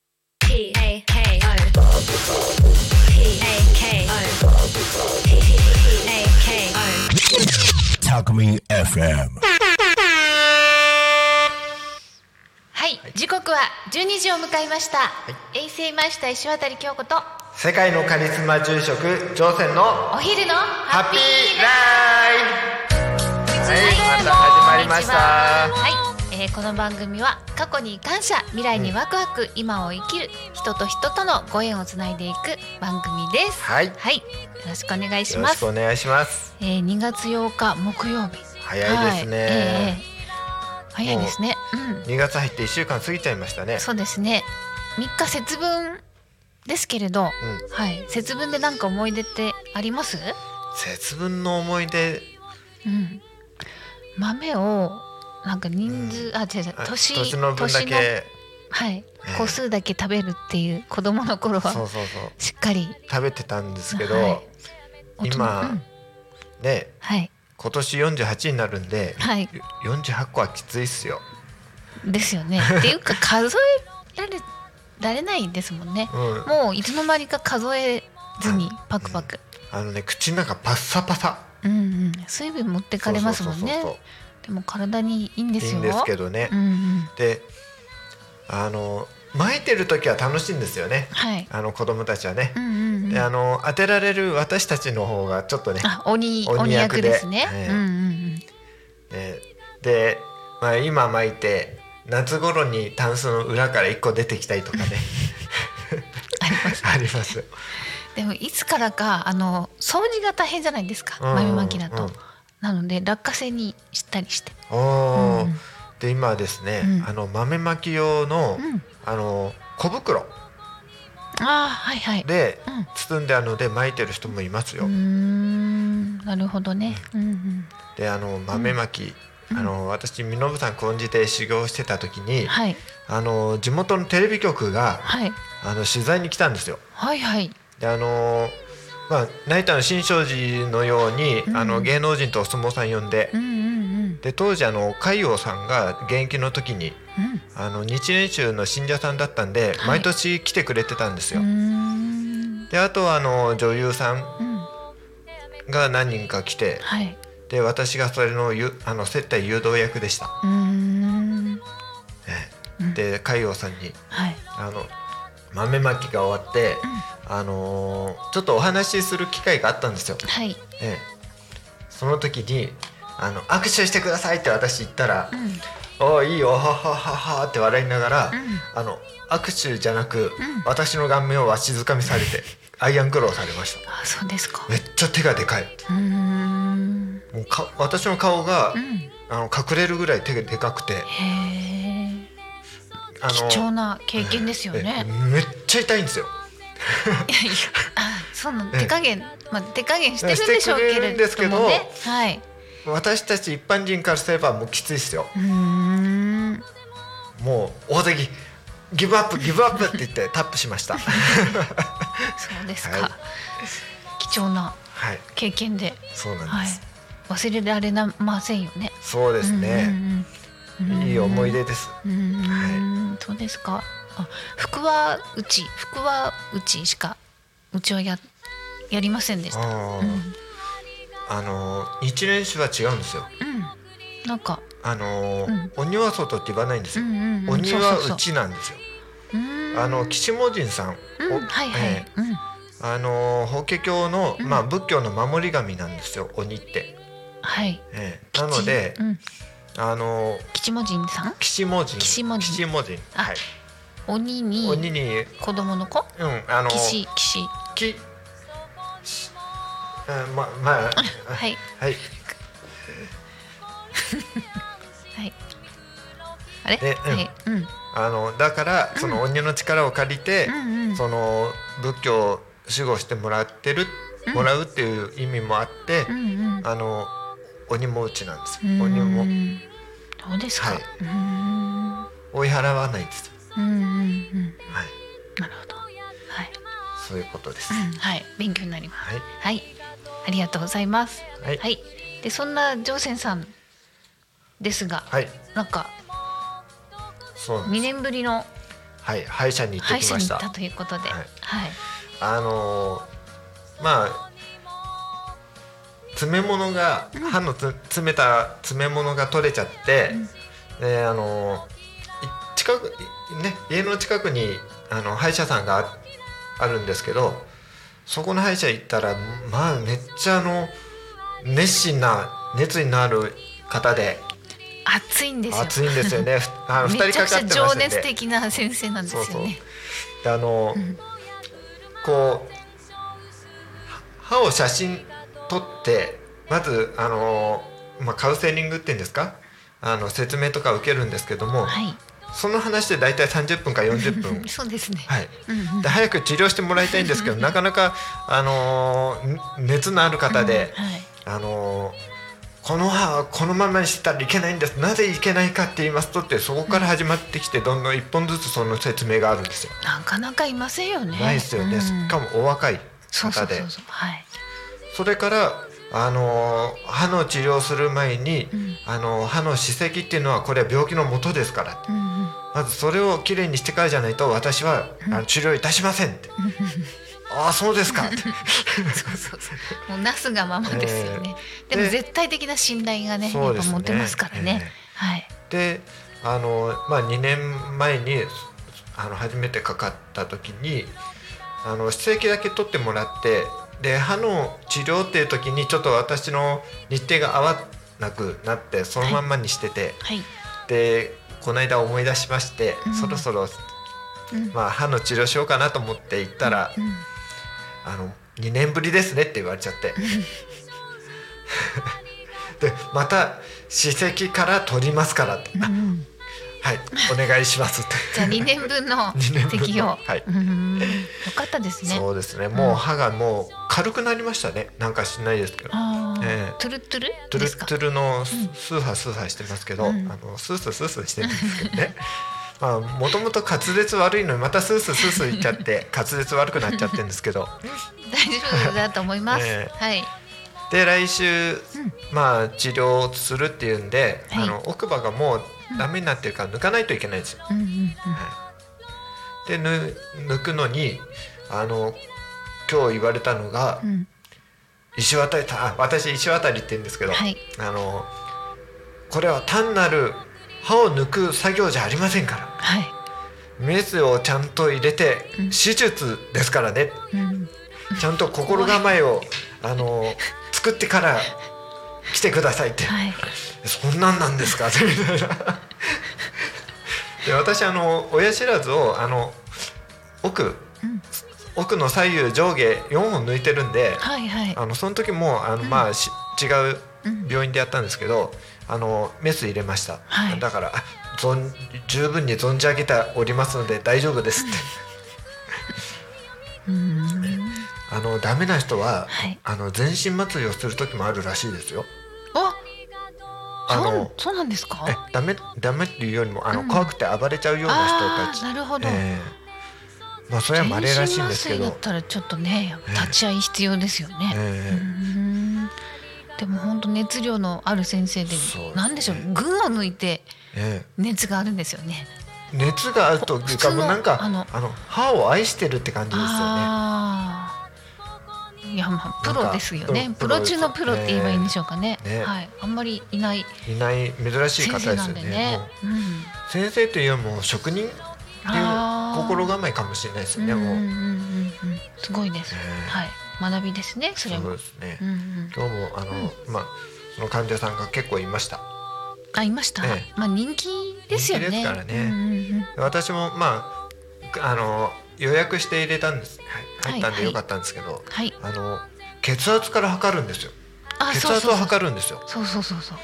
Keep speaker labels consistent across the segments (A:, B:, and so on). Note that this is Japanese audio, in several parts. A: P A K O P A K O P A K O
B: Takumi FM.
C: はい、時刻は12時を迎えました、衛星マイスター石渡京子と
D: 世界のカリスマ住職ジョーセンの
C: お昼の
D: ハ
C: ハ
D: ッ
C: ッ
D: ピ
C: ピ
D: ー
C: ー
D: ラ
C: ライフ
D: イフはいまた始まりました
C: はい、えーこの番組は過去に感謝未来にワクワク、今を生きる人と人とのご縁をつないでいく番組です
D: はい
C: よろしくお願いし
D: よろ
C: ま
D: し
C: す
D: くお願いします
C: えー、2月8日木曜日
D: 早いですね
C: はいえー早いですねうん
D: 2月入って1週間過ぎちゃいましたね
C: そうですね3日節分ですけれど、
D: ん
C: はい節分でなんか思い出ってあります
D: 節分の思い出
C: うん、豆をなんか人数、あ違う違う
D: あ
C: 年
D: 年の分だ
C: 年の
D: け
C: はい
D: え
C: 個数だけ食べるっていう子供の頃
D: そうそう
C: は
D: そう
C: しっかり
D: 食べてたんですけど、
C: はい大人
D: 今
C: うん
D: ね
C: はい
D: 今年48になるんで、
C: はい
D: 48個はきついっすよ、
C: ですよ ねっていうか数えられられないですもんね
D: うん、
C: もういつの間にか数えずにパクパク、
D: あのね口の中パッサパサ
C: うんうん、水分持ってかれますもんね
D: そうそうそう
C: でも体にいいんです
D: そう
C: よ
D: いいんですけどね、
C: うんうん、
D: であの巻いてる時は楽しいんですよね
C: はい
D: あの子供たちはね
C: う、んうんうん
D: であの当てられる私たちの方がちょっとね、
C: あ鬼
D: 鬼
C: 鬼役
D: 役で
C: ですね、
D: はい
C: うんうん
D: えーで、まあ、今巻いて夏頃にタンスの裏から1個出てきたりとかね
C: あります
D: あります
C: でもいつからかあの掃除が大変じゃないですか
D: うん
C: 豆まきだと、
D: うん
C: なので落花生にしたりして
D: おー、
C: うん
D: で今はですね、
C: うん
D: あの豆巻き用の、
C: うん
D: あの小袋
C: ああはいはい
D: で
C: うん
D: 包んであるので巻いてる人もいます
C: うー
D: よ、
C: んなるほどね、うんうん、
D: であの豆巻き、
C: うん
D: あの私身延山根治で修行してた時に、
C: はい
D: あの地元のテレビ局が
C: はい
D: あの取材に来たんですよ。
C: はいはい
D: であのまあ成田の新勝寺のように、
C: うん
D: あの芸能人とお相撲さん呼んで、
C: うんうん
D: で当時あの海王さんが現役の時に
C: うん
D: あの日蓮宗の信者さんだったんで、
C: はい
D: 毎年来てくれてたんです
C: う
D: よ。
C: んうーん
D: であとはあの女優さん
C: うん
D: が何人か来て
C: はいう
D: で私がそれのゆあの接待誘導役でした。
C: ーんう
D: ええ
C: ん
D: で海王さんに
C: はい
D: あの豆まきが終わって、あのーちょっとお話しする機会があったんですよ。
C: はい
D: ええ、その時にあの握手してくださいって私言ったら
C: うん
D: 「おおいいよはははは」って笑いながら、
C: うん
D: あの握手じゃなく、
C: ん
D: 私の顔面をわしづかみされてアイアンクローされました。
C: あそうですか
D: めっちゃ手がでかい。
C: うーん
D: もうか私の顔が、
C: うん
D: あの隠れるぐらい手がでかくて、
C: へえ
D: あの
C: 貴重な経験ですよね、
D: ええめっちゃ痛いんですよ。
C: いやいや、あその
D: ええ
C: 手加減、まあ手加減してるんでしょうけれどもね。
D: してくれるんで
C: はい。
D: 私たち一般人からすればもうきついですよ。
C: うーん。
D: もう大関ギブアップギブアップって言って タップしました。
C: そうですか。
D: はい
C: 貴重な
D: はい、
C: 経験で、
D: そうなん
C: は
D: で
C: い
D: す。。
C: 忘れられませんよね。
D: そうですね。
C: うんうんうん。
D: いい思い出です。
C: うんうん。そうですか。あ、福はうち、福はうちしかうちはややりませんでした。
D: あ
C: うん。う
D: ーあのー日蓮宗は違うんですよ。
C: ん。なんか、
D: あのー
C: うん
D: 鬼は外って言わないんです
C: う
D: よ
C: ん。うんうん。
D: 鬼は
C: そうそうう
D: ちなんですよ。
C: そう。うん
D: あの岸門人さん、
C: う
D: お
C: ん、はいはい、
D: え
C: うん。
D: ーあのー法華経の、
C: うん
D: まあ仏教の守り神なんですよ。鬼って。
C: はい。
D: えーなので
C: う、ん、
D: あのー
C: 吉門人さん
D: 岸門人、
C: 岸門人
D: 岸門人、
C: あ
D: はい、
C: 鬼に
D: 鬼に、うん、
C: 子供の子
D: あのー
C: 騎士騎士
D: き、しあままあ、
C: はい
D: はい。
C: はいあれ、
D: ねうん
C: はい、うん、うん
D: あのだからその鬼の力を借りて、
C: うん
D: その仏教を守護してもらってる、
C: うん
D: もらうっていう意味もあって
C: う、ん
D: あの鬼もうちなんです
C: うん
D: よ鬼も
C: うんそうですか、
D: はいう
C: ーん
D: 追い払わないんですよ
C: うんうんうん
D: はい
C: なるほどはい、
D: そういうことです、
C: うん、はい勉強になります
D: はい
C: はいありがとうございます
D: はい
C: でそんなジョーセンさんですが、
D: はい
C: なんか
D: そうなんで
C: 2
D: す
C: 年ぶりの
D: はい、歯医者に行っ
C: 歯
D: て
C: 医
D: き
C: 者
D: ま
C: に
D: し
C: 行
D: た
C: ったということで、
D: はい
C: はい、
D: あのーまあ詰め物が、歯のつ詰めた詰め物が取れちゃって、であのーい近くいね家の近くにあの歯医者さんがああるんですけどそこの歯医者行ったらまあめっちゃあの熱心な熱意のある方で
C: 暑いんですよ。
D: 熱いんです よねふあの二
C: め
D: 人
C: ちゃ
D: か
C: く
D: か
C: ち
D: っ
C: ゃ
D: てま
C: 情
D: すんで
C: 熱的な先生なんですよね。
D: そうであの、
C: ん
D: こうは歯を写真撮ってまずあの、まあ、カウンセリングっていうんですかあの説明とか受けるんですけども、
C: はい、
D: その話で大体30分か40分
C: そうですね。
D: はい
C: うんうん
D: で早く治療してもらいたいんで すけどなかなか、あのーん熱のある方で、
C: はい、
D: あのーこの歯はこのままにしてたらいけないんですなぜいけないかって言いますとってそこから始まってきてどんどん一本ずつその説明があるんですよ。
C: なかなかいませんよね。
D: ないですよね、
C: うん
D: しかもお若い
C: そうそ
D: 方
C: う
D: で
C: そ
D: そう
C: そうはい。
D: れから、あのー歯の治療する前に、
C: うん
D: あのー歯の歯石っていうのはこれは病気の元ですから
C: うんうん
D: まずそれをきれいにしてからじゃないと私は、あの治療いたしませんって。ああそうですかって
C: そうそうそう。もうなすがままですよね。
D: え
C: で
D: ー
C: も
D: で
C: 絶対的な信頼が ね、
D: そう
C: や
D: で
C: っ
D: す
C: ぱ
D: ね
C: 持てますからね。
D: ええ
C: はい。
D: であのー、まあ、2年前にあの初めてかかった時にあの歯石だけ取ってもらってで歯の治療っていう時にちょっと私の日程が合わなくなってそのまんまにしてて。
C: はい。
D: でこの間思い出しまして、
C: うん
D: そろそろ、
C: うん
D: まあ、歯の治療しようかなと思って行ったら「
C: うん
D: あの2年ぶりですね」って言われちゃって でまた「歯石から取りますから」って「
C: うんうん
D: あはいお願いします」って。
C: じゃあ2年分の
D: 二年分の
C: 適用。
D: はい
C: うんうんよかったですね。
D: そうですねもう歯がもう軽くなりましたねなんかしないですけど
C: ああ、
D: ええ
C: トゥルトゥ
D: ト
C: ル
D: ゥ
C: で
D: ル
C: すか。
D: トゥルのススーハースーハーしてますけど、
C: うん
D: あのスースースースーしてるんですけどね まあもともと滑舌悪いのにまたスースースースーいっちゃって 滑舌悪くなっちゃってるんですけど
C: 大丈夫だと思います。
D: ええ
C: はい。
D: で来週、まあ治療するっていうんで、
C: はい
D: あの奥歯がもうダメになってるから抜かないといけないんですよ。
C: うんうんうん。
D: でぬ抜くのにあの今日言われたのが、
C: うん
D: 石渡りたあ私石渡りって言うんですけど、
C: はい
D: あのこれは単なる歯を抜く作業じゃありませんから
C: はい。
D: メスをちゃんと入れて手術ですからね、
C: うん
D: ちゃんと心構えをあの作ってから来てくださいって、
C: はい。
D: そんなんなんですか みたいなで私あの親知らずをあの奥、
C: うん
D: 奥の左右上下4本抜いてるんで、
C: はいはい。
D: あのその時もあの、まあ、し違う病院でやったんですけど、あのメス入れました、
C: はい
D: だからあ存十分に存じ上げておりますので大丈夫ですって、
C: うん。
D: あのダメな人は、
C: はい
D: あの全身麻酔をする時もあるらしいですよ
C: あ、
D: あ
C: そ
D: の
C: うそうなんです
D: え
C: か。
D: ダメダメっていうよりもあの、
C: うん
D: 怖くて暴れちゃうような
C: あ
D: 人た
C: あ、な
D: ち
C: るほど。
D: ええまあそれは稀らしいんですけ
C: 全身麻酔だ
D: ど
C: ったらちょっとね
D: ええ
C: 立ち会い必要ですよね、
D: ええ
C: うんでも本当熱量のある先生で
D: そうですね
C: なんでしょう群を抜いて
D: ええ
C: 熱があるんですよね
D: 熱があると
C: 普通の
D: なんか
C: あ
D: あ
C: の
D: の歯を愛してるって感じですよね
C: ああいやまあプロですよね
D: なんか
C: プ
D: プ
C: ロ
D: ロ
C: 中のプロって言えばいいんでしょうかね
D: ねね
C: はいあんまりいない
D: いない珍しい
C: 先
D: 方
C: 生
D: で
C: な
D: すよ
C: ん
D: ね
C: でね
D: もう
C: うん
D: 先生というよりも職人っていう
C: あー
D: 心構えかもしれないです
C: うん
D: ね
C: うんうん
D: もう、
C: うんうんすごいです、
D: ね
C: はい学びですねそれ
D: そう
C: も
D: ですね、
C: うんうん
D: 今日もあの、まあその患者さんが結構いました
C: あいました、
D: ええ
C: まあ人気ですよね
D: 人気ですからね
C: うんうんうん
D: で私もまああの予約して入れたんです
C: はい
D: はい入ったん
C: は
D: で
C: い
D: よかったんですけど、
C: はい
D: あの血圧から測るんですよ
C: あ
D: 血
C: そう
D: 圧
C: そうそ
D: を
C: う
D: 測るんですよ
C: そうそうそうそう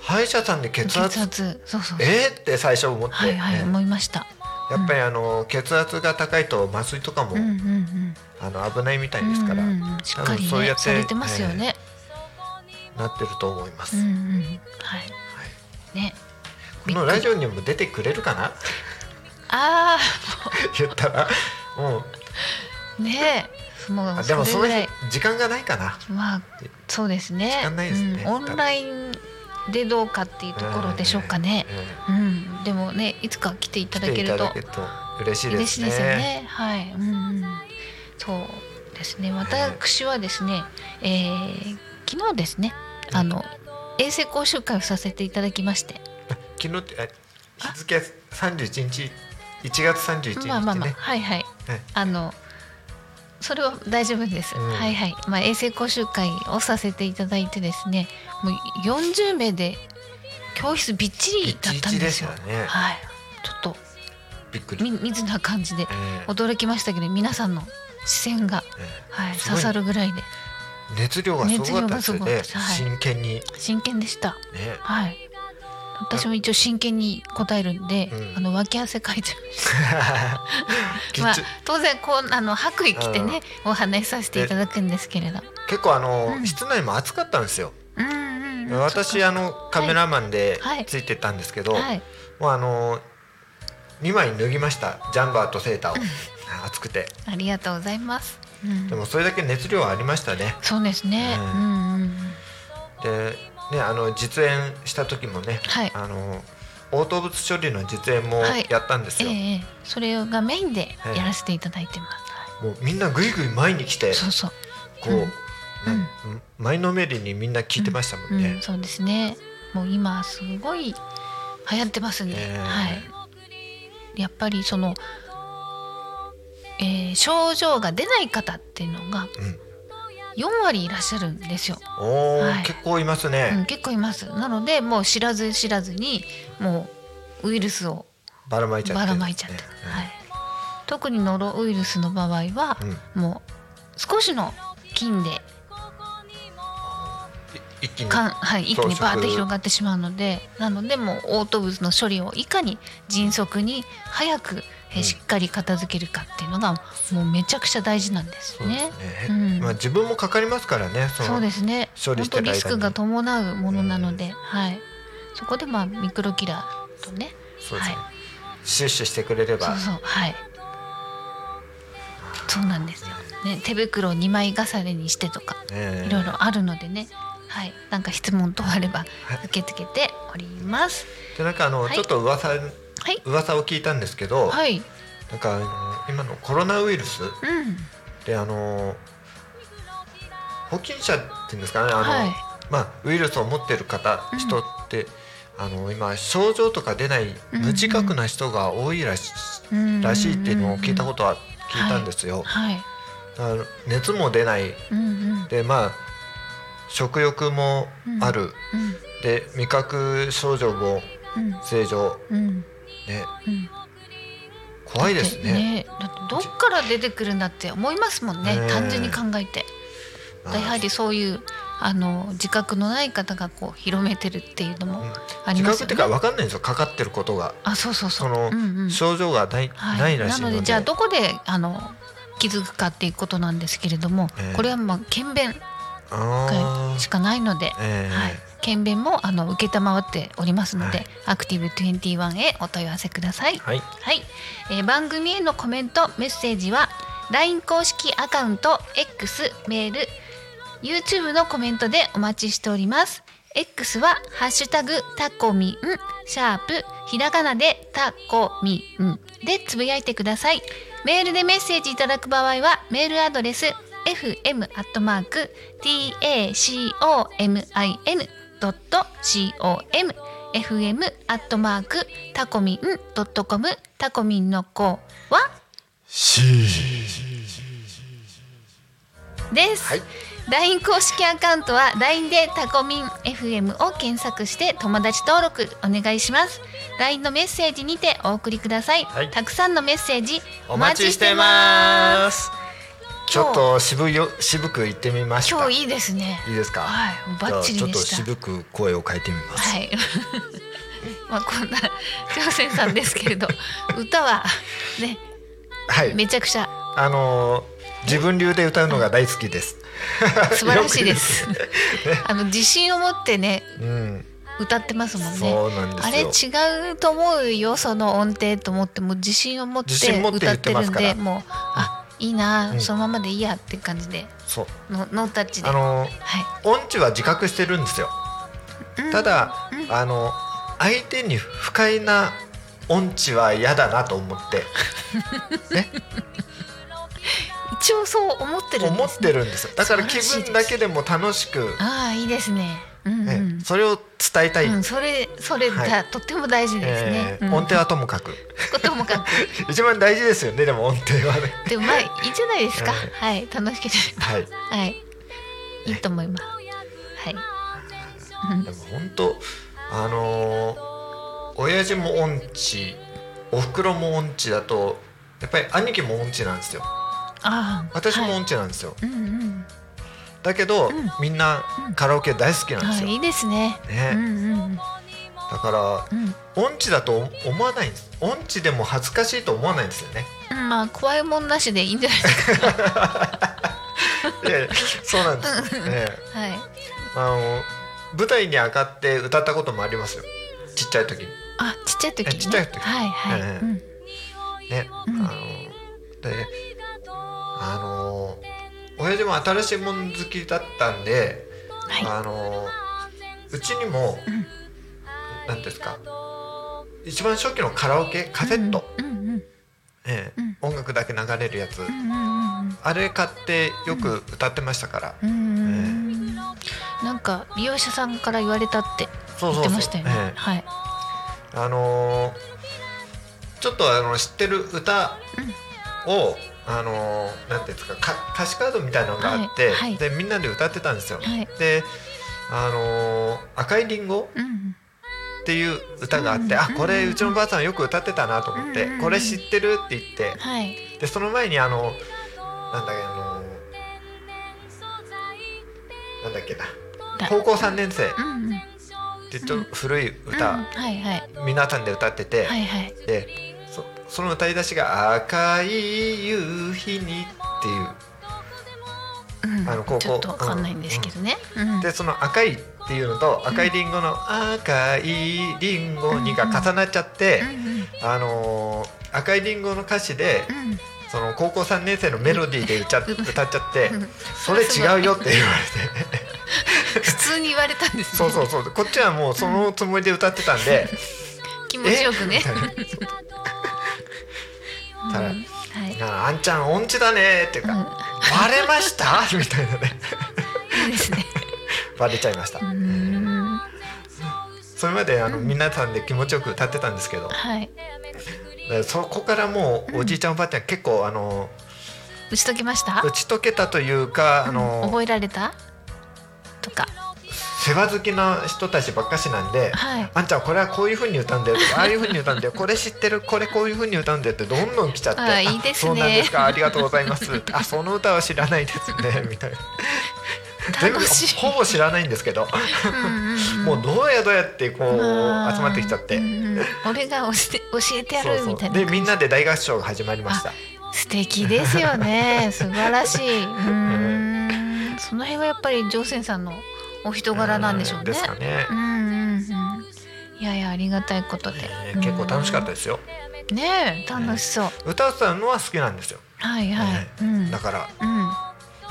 D: 歯医者さんで血
C: 血
D: 圧
C: 圧そうそうそう
D: えー、って最初思って、
C: はいはい、
D: ね
C: 思いました
D: やっぱりあの血圧が高いと麻酔とかも、
C: うんうんうん
D: あの危ないみたいですから、
C: うんうんうんしっ
D: 多
C: か
D: 分
C: り
D: そう
C: ね
D: やって
C: されてますよね、
D: なってると思います、
C: うん
D: は
C: うんはい
D: い
C: ね
D: このラジオにも出てくれるかな
C: あ
D: 言ったらも
C: あねえも
D: うあ
C: う
D: でもそ
C: れ
D: の
C: ぐら
D: 日
C: い
D: 時間がないかな
C: まあそうですね
D: 時間ないですね
C: うん、オンラインでどうかっていうところでしょうかね、
D: えええ
C: うん、でもねいつか来ていた
D: え
C: だ
D: 来て
C: け
D: いた
C: ると
D: だけると嬉しいで
C: 嬉
D: す
C: しい
D: ね
C: ですよね。はい、うんうん、そうですね。私はですね、えー、昨日ですね、あの衛生講習会をさせていただきまして、
D: 昨日ってえ日付三十一日一月三十一日ね、
C: まあまあまあ、はいはい、
D: はい
C: あのそれは大丈夫です。
D: うん
C: はいはい、まあ衛生講習会をさせていただいてですね、もう40名で教室びっちりだったんですよ。
D: びっちりでしたね
C: はい、ちょっ
D: びっく
C: とみ
D: り、
C: 密な感じで
D: ええ
C: 驚きましたけど、皆さんの視線が。
D: え
C: はい、
D: すごい
C: 刺さるぐらいで
D: え熱量がすごかったですよ
C: 熱量がす
D: ね
C: ごかったはい
D: 真剣にね、
C: 真剣でした。はい。私も一応真剣に答えるんで、
D: うん
C: あの脇汗かいちゃいまし
D: き
C: た。まあ
D: つ
C: 当然こうあの白衣着てね、お話しさせていただくんですけれど。
D: 結構あの、
C: うん
D: 室内も暑かったんですよ
C: うんうんうん。
D: 私
C: は
D: あのカメラマンで
C: はい
D: ついてたんですけど、
C: はい。
D: もうあの2枚脱ぎましたジャンバーとセーターを暑くて
C: ありがとうございます。うん
D: でもそれだけ熱量はありましたね
C: そうですね。
D: う
C: うんんうんうん。
D: でねあの実演した時もね、
C: はい
D: あの応答物処理の実演も
C: はい
D: やったんです
C: え
D: よ、
C: えええそれがメインで
D: はい
C: やらせていただいてます。は
D: もうみんなぐいぐい前に来て
C: い、そうそう。
D: こう、なん前のめりにみんな聞いてましたも
C: うん
D: ね、
C: ん、そうですね。もう今すごい流行ってますね。
D: えー
C: はい。やっぱりその、えー症状が出ない方っていうのが
D: うん
C: 4割いらっしゃるんですよ。
D: おお、
C: はい
D: 結構います
C: う
D: ね、
C: ん、結構います。なのでもう知らず知らずにもうウイルスを
D: ばらまいちゃって
C: ば
D: る
C: ら
D: んで
C: ます
D: ね、
C: いちゃってる。はい。特にノロウイルスの場合は、
D: うん
C: もう少しの菌で
D: い一気に
C: かんはい、一気に
D: 増殖
C: バーって広がってしまうのでなのでもう嘔吐物の処理をいかに迅速に早く、えー
D: うん
C: しっかり片付けるかっていうのがもうめちゃくちゃ大事なんです
D: そう
C: よ
D: で
C: ね
D: す。ね、
C: うん
D: まあ自分もかかりますからねその
C: そうですね
D: 処理
C: 本
D: して
C: 当
D: る間に
C: リスクが伴うものなので、はい、そこでまあミクロキラーとね
D: そうですね、
C: は
D: シュッシュしてくれれ
C: そ
D: ば
C: うそうはいそうなんですよ、ね、手袋を2枚重ねにしてとか
D: ね
C: いろいろあるのでね、はい、なんか質問等あれば受け付けております。
D: でなんかあの、
C: はい
D: ちょっと噂
C: はい
D: 噂を聞いたんですけど、
C: はい、
D: なんかあの今のコロナウイルス
C: うん、
D: であの保菌者っていうんですかねあの、
C: はい
D: まあ、ウイルスを持ってる方、
C: うん
D: 人ってあの今症状とか出ない
C: うん
D: 無自覚な人が多いらし,、らしいっていうのを聞いたこととは聞いたんですよ。
C: はい、
D: あの熱も出ない
C: うんうん
D: でまあ食欲もある、
C: うん
D: で味覚症状も
C: うん
D: 正常
C: うん
D: ね
C: うん
D: 怖いですね。
C: だってどっから出てくるんだって思いますもんね
D: ねえ
C: 単純に考えて
D: まあ
C: やはりそういうあの自覚のない方がこう広めてるっていうのもありま
D: 自覚
C: す
D: っ
C: よ
D: てい
C: ね
D: うか分かんないんですよかかってることが
C: あそうそうそう
D: その
C: うんうん
D: 症状がない,、
C: はい
D: ないらしい
C: な
D: の
C: の
D: で
C: でじゃあどこであの気づくかっていうことなんですけれども、
D: ええ
C: これはまあ検便
D: あー
C: しかないので、
D: ええ
C: はい、検便もあの受けたまわっておりますので、
D: はい
C: アクティブ21へお問い合わせください。
D: はい
C: はい、えー番組へのコメントメッセージは LINE 公式アカウント X メール YouTube のコメントでお待ちしております。X はハッシュタグタコミンシャープひらがなでタコミンでつぶやいてください。メールでメッセージいただく場合はメールアドレス fm アットマーク tacomin ドット com fm アットマークタコミンドットコムタコミンの子は C です。
D: はい
C: LINE 公式アカウントは LINE でタコミン FM を検索して友達登録お願いします LINE のメッセージにてお送りください、
D: はい
C: たくさんのメッセージ
D: お待ちしてますち
C: 今日
D: ょっと渋いよ渋く言ってみました
C: 今日いいですね
D: いいですか
C: はいバッチリでした
D: じゃあちょっと渋く声を変えてみます、
C: はい まあこんな朝鮮さんですけ れど歌はね
D: はい
C: めちゃくちゃ
D: あのー自分流で歌うのが大好きです、
C: 素晴らしいです。 あの自信を持ってね
D: うん、
C: 歌ってますもんね。
D: そうなん
C: あ
D: で
C: れ
D: すよ
C: 違うと思うよその音程と思ってもう自信を持って
D: 自信持って
C: 歌
D: 言
C: っ
D: って
C: て
D: ま
C: る
D: す
C: ん
D: か
C: で
D: ら
C: もうあいいな、
D: うん
C: そのままでいいやって感じで
D: そう
C: のノータッチで、
D: あ
C: は
D: のー
C: い、
D: 音痴は自覚してるんですよ、
C: うん
D: ただ、あの相手に不快な音痴は嫌だなと思ってね、
C: 一応そう思ってるん
D: 思
C: で
D: っ
C: す、ね、
D: てるんですよだから気
C: 素晴らしいです
D: 分だけでも楽しく、
C: ああいいですねうんうん、
D: えそれを伝えたい、
C: うん、それそれだ、
D: はい
C: とっても大事ですね
D: え、ー
C: うん
D: 音程はともかく
C: こともかく
D: 一番大事ですよねでも音程はね
C: でもまあいいじゃないですか、
D: え
C: はい楽しければ
D: はい
C: はいいいと思いますはいうん
D: でも本当あのー親父も音痴お袋も音痴だとやっぱり兄貴も音痴なんですよ
C: ああ
D: 私も
C: はい
D: 音痴なんですよ、
C: うんうん
D: だけど、
C: うん
D: みんなカラオケ大好きなんで
C: あ
D: す
C: あ
D: よ、
C: いいですねう
D: ね、
C: んうん
D: だか
C: うん
D: ら音痴だと思わないんです音痴でも恥ずかしいと思わないんですよ ね
C: うんまあ怖いもんなしでいいんじゃないです
D: でそうなんですよ、ね、
C: かはい
D: あの舞台に上がって歌ったこともありますよちっちゃい時に
C: あちっちゃい時に、
D: え
C: ね、
D: ちっちゃい時
C: はいはい、
D: ええ
C: うん
D: ね、
C: うん
D: あのであの親父も新しいもん好きだったんで、
C: は
D: あのうちにも
C: うん
D: 何、ん、ですか一番初期のカラオケカ
C: い
D: セット、
C: うんうん
D: ええ
C: うん
D: 音楽だけ流れるやつ、
C: うんうんうん
D: あれ買ってよく歌ってましたから、
C: うんうんうんなんか美容師さんから言われたって
D: そ
C: 言
D: う
C: って
D: そうそう
C: ましたよね
D: ええ
C: はい
D: あのちょっとあの知ってる歌を、あのなんていうんですかか歌詞カードみたいなのがあって、
C: はいはい
D: でみんなで歌ってたんですよ。
C: はい
D: で、あのー赤いリンゴ
C: うん
D: っていう歌があって、
C: うん
D: あこれうちのばあさんよく歌ってたなと思って、
C: うん
D: これ知ってるって言って
C: はい
D: でその前にあのなんだっけあのーなんだっけな
C: だ
D: 高校3年生っ
C: うんうん
D: てちょっと古い
C: うん
D: 歌、
C: はいはい
D: 皆さんで歌ってて、
C: はいはい
D: でそその歌い出しが「赤い夕日に」っていう
C: うん
D: あの高校
C: ちょっとわかんないんですけどねうん
D: でその赤いっていうのと赤いリンゴの赤いリンゴにが重なっちゃって、
C: うんうん
D: あのー赤いリンゴの歌詞で
C: うん
D: その高校3年生のメロディーで歌っちゃ歌っちゃって
C: うん
D: それ違うよって言わ れて
C: 普通に言われたんですね
D: そうそうそうこっちはもうそのつもりで歌ってたんで
C: 気
D: 「
C: 持ちよ くね
D: みたいなたら
C: うんはい
D: あのあんちゃん音痴だね」っていうか
C: うん
D: 「バレました?」みたいなね
C: いいですね
D: バレちゃいました
C: う。ん
D: それまであの皆さんで気持ちよく歌ってたんですけど
C: はい
D: でそこからもうおじいちゃんおばあちゃん結構あの
C: 打ち解けました
D: 打ち解けたというかあ
C: うん
D: の
C: 覚えられたとか
D: 世話好きな人たちばっかしなんで。
C: はい
D: あんちゃんこれはこういうふうに歌うんだよとかああいうふうに歌うんだよこれ知ってるこれこういうふうに歌うんだよってどんどん来ちゃって
C: あーいいですね
D: そうなんですかありがとうございますあその歌は知らないですねみたいな全部
C: 楽しい
D: ほぼ知らないんですけどもうどうやどうやってこう集まってきちゃって、
C: うんうん俺が教えて教えてや
D: そう
C: る
D: そ
C: みたいうな
D: でみんなで大合唱が始まりました
C: 素敵ですよ ね素晴らしいうんその辺はやっぱり乗船さんのお人柄なんでしょう
D: で
C: ね
D: すかね
C: う、んうんうんいやいやありがたいことで
D: えー結構楽しかったですよ
C: たねえ楽しそう
D: 歌ってたのは好きなんですよ、
C: はいはい
D: え
C: う
D: ー
C: ん
D: だから
C: うん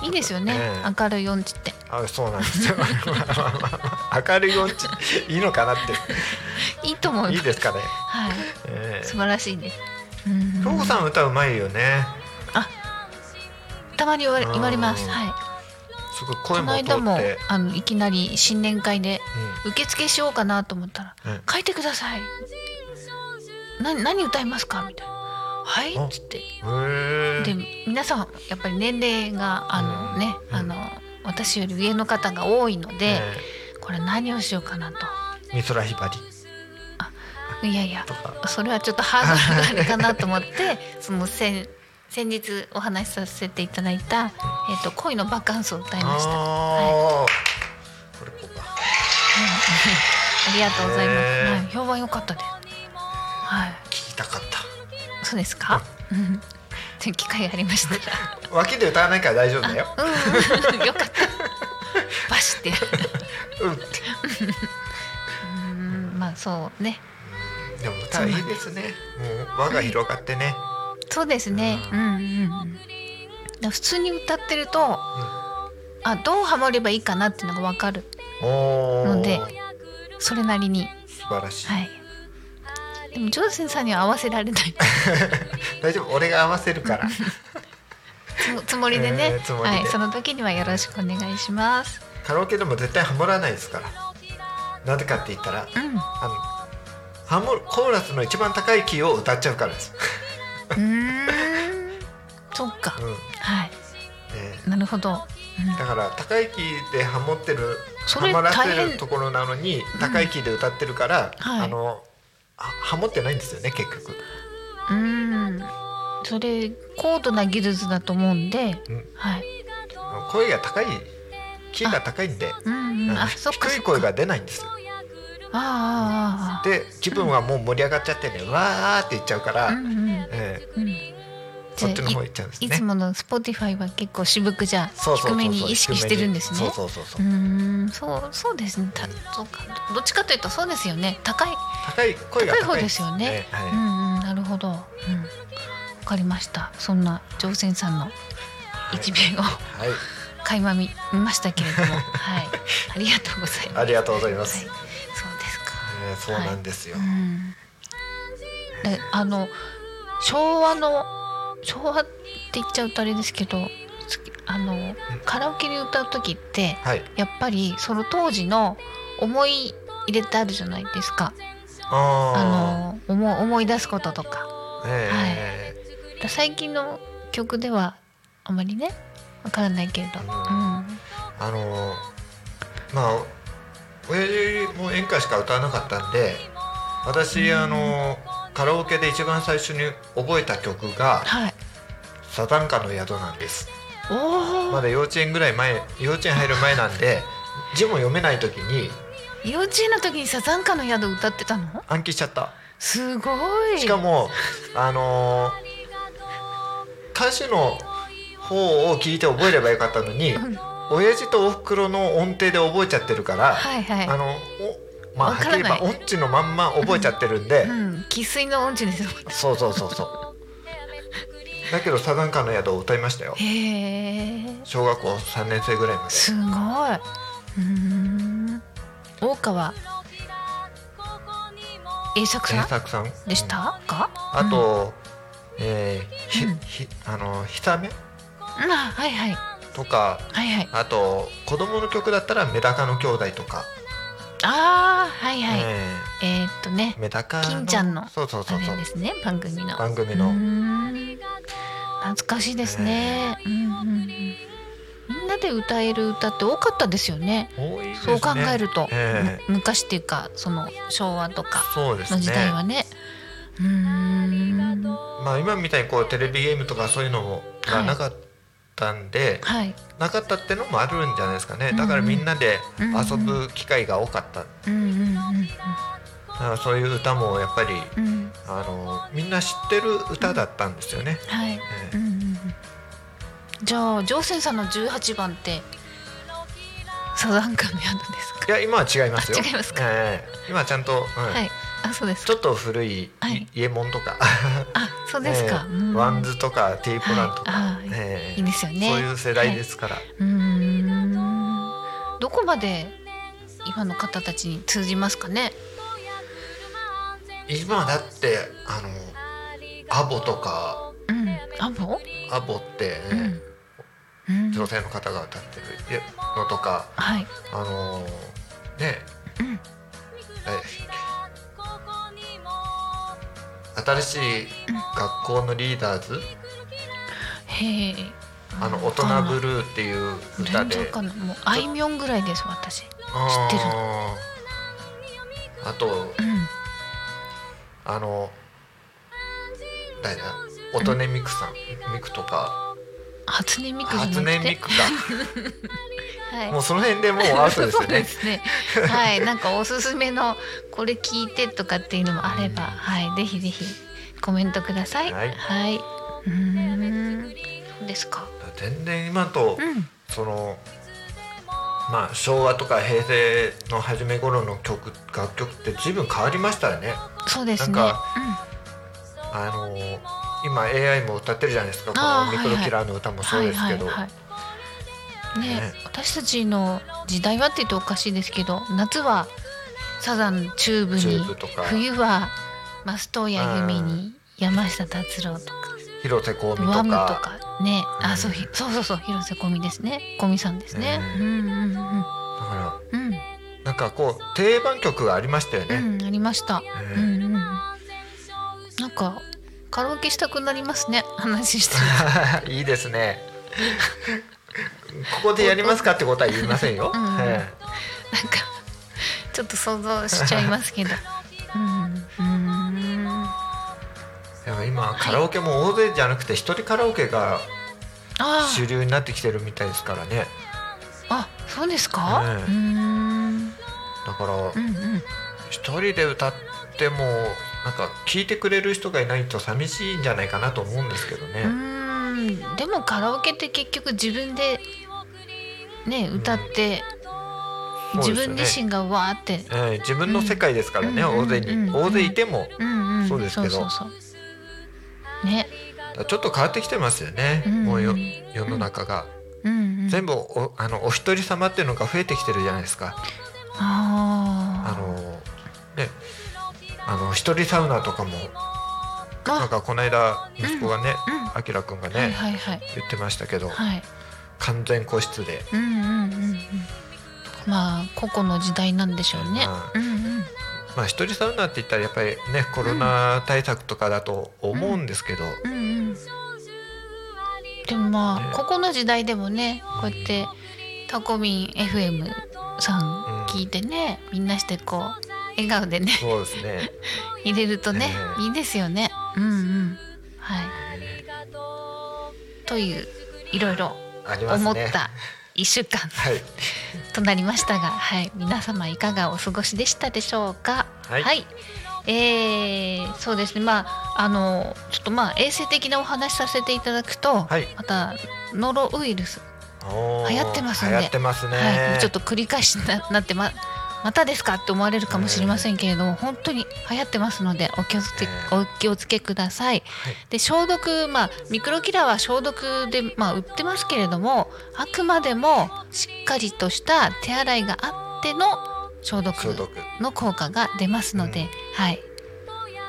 C: いいですよね
D: ええ
C: 明るい音痴って
D: あそうなんですよ 明るい音痴いいのかなっ
C: いいと思
D: て
C: い
D: い
C: ます
D: いですかね、
C: はい
D: え
C: 素
D: ー
C: 晴らしいですうんうん
D: 京子さん歌うまいよね
C: たまに言われ言われます
D: うん
C: はい
D: すごい
C: こ
D: 声
C: の
D: も通
C: 間も
D: って、
C: あのいきなり新年会で
D: う
C: 受付しようかなと思ったら
D: うん
C: 「書いてください」な何歌いますか?」みたいな「はい」
D: あ
C: っつって
D: んへ
C: で
D: ー
C: 皆さんやっぱり年齢があの
D: うん
C: ね
D: うん
C: あの私より上の方が多いので
D: え
C: これ何をしようかなと
D: ー美空ひばり
C: いやいや
D: とか
C: それはちょっとハードルがあるかなと思って その先先日お話しさせていただいた「えっと恋のバカンス」を歌いました。あ
D: あーこれこうか
C: りがとうございます
D: へー
C: はい。評判良かったです。はい。
D: 聞きたかっ
C: そうですか。うん。と いう機会がありましたら。
D: た脇で歌わないから大丈夫だよ
C: うんうん。よ かった。バシって。
D: うんって
C: うん。まあそうね。
D: でも歌はいいですねもう輪が広がってね、
C: そうですね。うんうんうん。だから普通に歌ってると、あどうハモればいいかなっていうのがわかる。
D: おお
C: のでそれなりに
D: 素晴らしい、
C: はい。でもジョーセンさんには合わせられない
D: 大丈夫俺が合わせるから
C: つもつもりでね、
D: えーつもりで
C: はい、その時にはよろしくお願いします。
D: カラオケでも絶対ハモらないですからなぜかって言ったら
C: うん、う
D: あのハモるコーラスの一番高いキーを歌っちゃうからです、
C: ーん、そっか
D: う、んね
C: はい、なるほど。
D: だから高いキーでハモってる
C: そ
D: ハ
C: れ
D: マら
C: 大
D: せ
C: 変
D: るところなのに高いキーで歌ってるから、
C: はい
D: あのあハモってないんですよね結局
C: うん、それ高度な技術だと思うんで、
D: うん
C: はい、
D: 声が高いキーが高いんで、
C: うん、う
D: うん
C: ん、あ、そっか
D: 低
C: そっ
D: い
C: か。
D: 声が出ないんですよ
C: あああああ
D: で気分はもう盛り上がっちゃってねわーって言っちゃうから、
C: あ、うんうん
D: え
C: うん。
D: え
C: じ
D: そ
C: ゃ
D: っちの方
C: あ
D: 行っちゃうんです
C: いい
D: ね
C: つもの Spotify は結構渋くじゃ
D: そう
C: あ
D: そ
C: 低
D: うそうそう
C: めに意識してるんですね。
D: そうそうそうそうう
C: ーん、そうそうですね。たそうか。どっちかというとそうですよね。高い。
D: 高い声が
C: 高い
D: 高
C: 方
D: いん
C: ですよね。
D: はい
C: うんうん、なるほど。うん。わかりました。そんな乗船さんの一面を
D: はい、
C: 垣間見見ましたけれども、 はい。ありがとうございます。
D: ありがとうございます、
C: はい。そうですか。
D: ええそうなんですよ、
C: うん。で、あの昭和の昭和って言っちゃうとあれですけど、つあのカラオケで歌う時って。
D: はい
C: やっぱりその当時の思い入れってあるじゃないですか。
D: あ
C: あの思い思い出すこととか。
D: あええ
C: だ最近の曲ではあまりね、わからないけれど。
D: うんあのまあ親父も演歌しか歌わなかったんで私あのカラオケで一番最初に覚えた曲が
C: はい。
D: 「サタンカの宿」なんです
C: お
D: ま
C: お。
D: だ幼稚園ぐらい前幼稚園入る前なんで字も読めない時に
C: 幼稚園の時にサザンカの宿歌ってたの？
D: 暗記しちゃった
C: すごい。
D: しか。もあのー歌詞の方を聞いて覚えればよかったのに
C: うん
D: 親父とおふくろの音程で覚えちゃってるから、
C: はいはい
D: あ。のおまあ
C: わ
D: はっ
C: か
D: き
C: ら
D: り
C: ない
D: 言えば音痴のまんま覚えちゃってるんで、
C: うん、生粋の音痴ですよ。
D: そうそうそうそうだけどサザンカの宿を歌いましたよ
C: へえ、
D: 小学校3年生ぐらいまです
C: ごい。うーん。大川栄作さ
D: 原
C: ん
D: 作さん
C: でしたか？
D: あと、えーひ
C: うん
D: ひあのひため
C: うん、うんあはいはい
D: とか
C: はいはい。
D: あと子供の曲だったら「メダカの兄弟」とか、
C: ああはいはい。
D: え
C: えー、っとね
D: ー、メダカ
C: 金ちゃんの
D: そうそう
C: あ
D: そうそ
C: れ
D: う
C: ですね番組の。
D: 番組
C: う
D: の、
C: ーん懐かしいですね。うんうんうん。みんなで歌える歌って多かったですよね。
D: 多いです
C: そう
D: ね
C: 考えると、
D: ええ
C: む昔っていうかその昭和とか
D: そうです
C: の
D: ね
C: 時代はね。うーん。
D: まあ今みたいにこうテレビゲームとかそういうのもがなかったんで、
C: はい。
D: なかったってのもあるんじゃないですかねだからみんなで遊ぶ機会が多かった、
C: うんうん
D: だからそういう歌もやっぱり
C: うんうん。うん。
D: あのみんな知ってる歌だったんですよね、
C: はい。
D: え
C: う
D: え
C: んうんうん。じゃあ、ジョーセンさんの十八番って。サザンカの宿ですか。
D: いや今は違いますよ
C: あ違いますか
D: ええ今ちゃんと、うん
C: はい。あ、そうです
D: ち
C: か。
D: ょっと古い
C: はい
D: 伊右衛門とか、
C: あ、そうですか。
D: ええ
C: うん
D: ワンズとかティープランとか、
C: はいはい
D: ええ
C: いいですよね
D: そういう世代ですから、
C: うーん。どこまで。今の方たちに通じますかね。
D: 今だってあのアボとか
C: うん。アボ。
D: アボって、
C: う
D: ね
C: ん。うん。
D: 女性の方が歌ってるのとか
C: はい。
D: あのね
C: うん。
D: 誰でしたっけ新しい学校のリーダーズ、
C: へえ。
D: あの大人ブルーっていう歌
C: 連
D: で、
C: 続かなもうあいみょんぐらいです私。
D: あ
C: 知ってる
D: ーあと
C: うん。
D: あの誰だ音音ミクさん、ミクとか
C: 初音ミクじゃなくて
D: 初音ミクか
C: はい
D: もうその辺でもうアウトですよ
C: そうで
D: ね
C: すねはいなんかおすすめのこれ聞いてとかっていうのもあれば、
D: うん
C: はいぜひぜひコメントください
D: はい
C: いうーんそうですか
D: 全然今と
C: うん
D: そのまあ昭和とか平成の初め頃の曲楽曲って随分変わりましたよね
C: そうですね
D: なんあの今 AI も歌ってるじゃないですか
C: あー
D: この「ミクロキラー」の歌もそうですけど、
C: はいはいはいね
D: ね
C: 私たちの時代はって言うとおかしいですけど夏はサザンチューブに
D: チューブとか
C: 冬は松任谷由実に山下達郎とか
D: 広瀬香美と
C: ワ
D: か
C: ムとかね、
D: う
C: あ
D: ん
C: そうひそうそうそう広瀬香美ですね香美さんですね、う、
D: うん
C: うんうん
D: だか
C: うん
D: らなんかこう定番曲がありましたよ
C: う
D: ね、
C: んありました、
D: え
C: う
D: ー
C: んうんなんかカラオケしたくなりますね話して
D: いいですねここでやりますかってことは言いませんよ、
C: うん
D: え
C: なんかちょっと想像しちゃいますけどうんうん
D: えでも今カラオケも大勢じゃなくて一人カラオケが
C: あ
D: 主流になってきてるみたいですからね
C: あ、あ、そうですか。
D: ええ
C: うーん、
D: だか
C: う
D: ら
C: ん、うん、
D: 一人で歌ってもなんか聴いてくれる人がいないと寂しいんじゃないかなと思うんですけどね、
C: うーん、でもカラオケって結局自分で。ね、歌って、
D: そ
C: 自
D: うですよ
C: 分
D: ね
C: 自身がわーって。
D: ええ自分の世界ですからね、
C: うん
D: 大勢に、
C: うん
D: 大勢いても
C: うん、うん、
D: そうですけど
C: そうそうそうね、
D: ちょっと変わってきてますよね、
C: うん
D: もうよ
C: うん
D: 世の中が、
C: うん、うん。
D: 全部おあのお一人様っていうのが増えてきてるじゃないですかあ
C: あ
D: のねあの一人サウナとかも
C: あ。
D: なん
C: あ、
D: かこの間息子がね
C: うんうん
D: あきらくんがね、
C: はい、はい、はい。
D: 言ってましたけど、
C: はい。
D: 完全個室で
C: うん、うん、うん、うん。まあ、個々の時代なんでしょうね。うん、うん。
D: まあ一人サウナって言ったらやっぱりねコロナ対策とかだと思うんですけど、
C: うんうん、でもまあ、
D: ね
C: ここの時代でもねこうやってタコミン FM さん聞いてね、みんなしてこう笑顔でね
D: そうですね
C: 入れるとね、
D: ね
C: いいですよね。うんうんはい、といういろいろ
D: ありますね
C: 思った1週間
D: はい
C: となりましたが、はい、皆様いかがお過ごしでしたでしょうか。
D: はい
C: えーそうですねまああのちょっとまあ衛生的なお話させていただくと、
D: はい
C: またノロウイルス、
D: おー
C: 流行ってますんで
D: 流行ってますね、
C: はい、ちょっと繰り返しにななってままたですかって思われるかもしれませんけれども、本当に流行ってますのでお気をつけ、
D: え
C: お気をつけください。
D: はい
C: で消毒まあミクロキラーは消毒でまあ売ってますけれどもあくまでもしっかりとした手洗いがあっての消毒
D: 消毒
C: の効果が出ますので、
D: うん
C: はい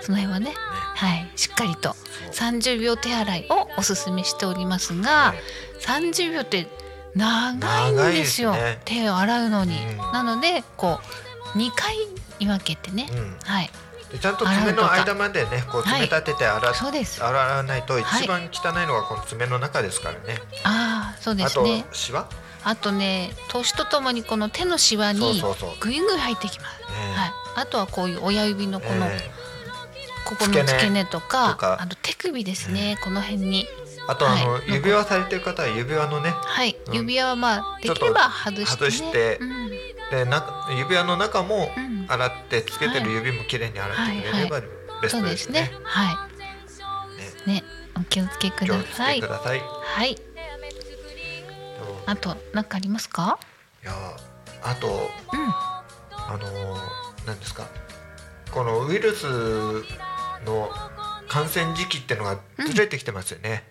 C: その辺はねはいしっかりと30秒手洗いをおすすめしておりますが、
D: ね
C: 30秒って長いんですよ
D: 長いですね
C: 手を洗うのに、
D: うん
C: なのでこう2回に分けてね、
D: うん
C: はい
D: でちゃんと爪の間までねこう
C: はい
D: 爪立てて洗,、
C: そうですあ
D: 洗わないと一
C: はい
D: 番汚いのがこの爪の中ですからね、
C: あーそうで
D: あ
C: す
D: と
C: ね
D: シワ、
C: あとね年とともにこの手のシワ
D: そう
C: に
D: そうそう、ね
C: ぐいぐい入ってきます、はい、あとはこういう親指のこの、
D: え
C: ここの
D: 付け根
C: 付け根とか
D: とか
C: あと手首ですね、この辺に
D: ーあとあの、
C: はい
D: 指輪されてる方は指輪のね
C: はい、
D: うん
C: 指輪はまあで
D: ちょっ
C: き
D: と
C: れば外して、ね、
D: 外して
C: うん
D: でな指輪の中も
C: うん
D: 洗ってつけ
C: は
D: て
C: い
D: る指もきれいに洗ってくれればベス
C: そう
D: ト
C: で
D: ですす
C: ね
D: ね。
C: はいねお気をつけく
D: 気を
C: だ
D: つ
C: さ
D: け
C: い
D: てください。い
C: はいあと何かありますか
D: やあと
C: うん
D: あのー何ですかこのウイルスの感染時期ってのがずれてきてますよね。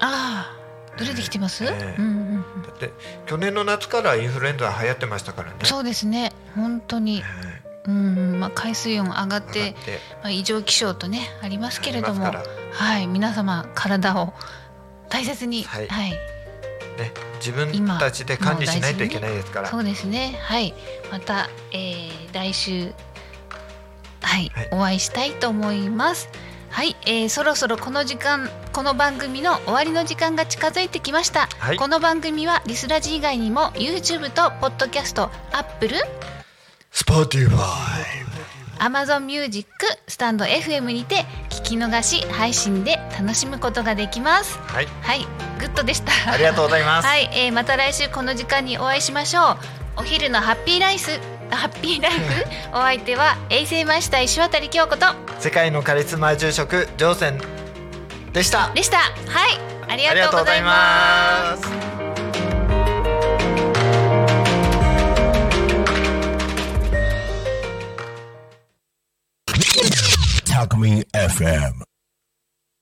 C: ああどれできてます、
D: ええ
C: うんうんうん
D: だって去年の夏からインフルエンザ流行ってましたからね。
C: そうですね本当に
D: ええ
C: うんまあ海水温上がっ、
D: 上がって
C: まあ、異常気象とねありますけれども
D: ありますか
C: はい皆様体を大切に
D: はい
C: はい
D: ね自分たちで管理しないといけないですから。
C: そうですね。はい。また、えー来週はい、
D: はい
C: お会いしたいと思います。はい、えーそろそろこの時間この番組の終わりの時間が近づいてきました、
D: はい
C: この番組はリスラジ以外にも YouTube と Podcast、Apple、
B: Spotify.
C: Amazon Music、スタンド FM にて聞き逃し配信で楽しむことができます
D: はい。
C: はい、グッドでした
D: ありがとうございます。
C: はい、えー、また来週この時間にお会いしましょう。お昼のハッピーライス、 ハッピーライフ、お相手は衛生マイスター石渡京子と
D: 世界のカリスマ住職ジョーセンでした。
C: でした。はい、あり
D: あり
C: が
D: が
C: と
D: と
C: うご
D: うご
C: ざ
D: ざ
C: い
D: い
C: ます。
D: ます。
B: Talk Me FM.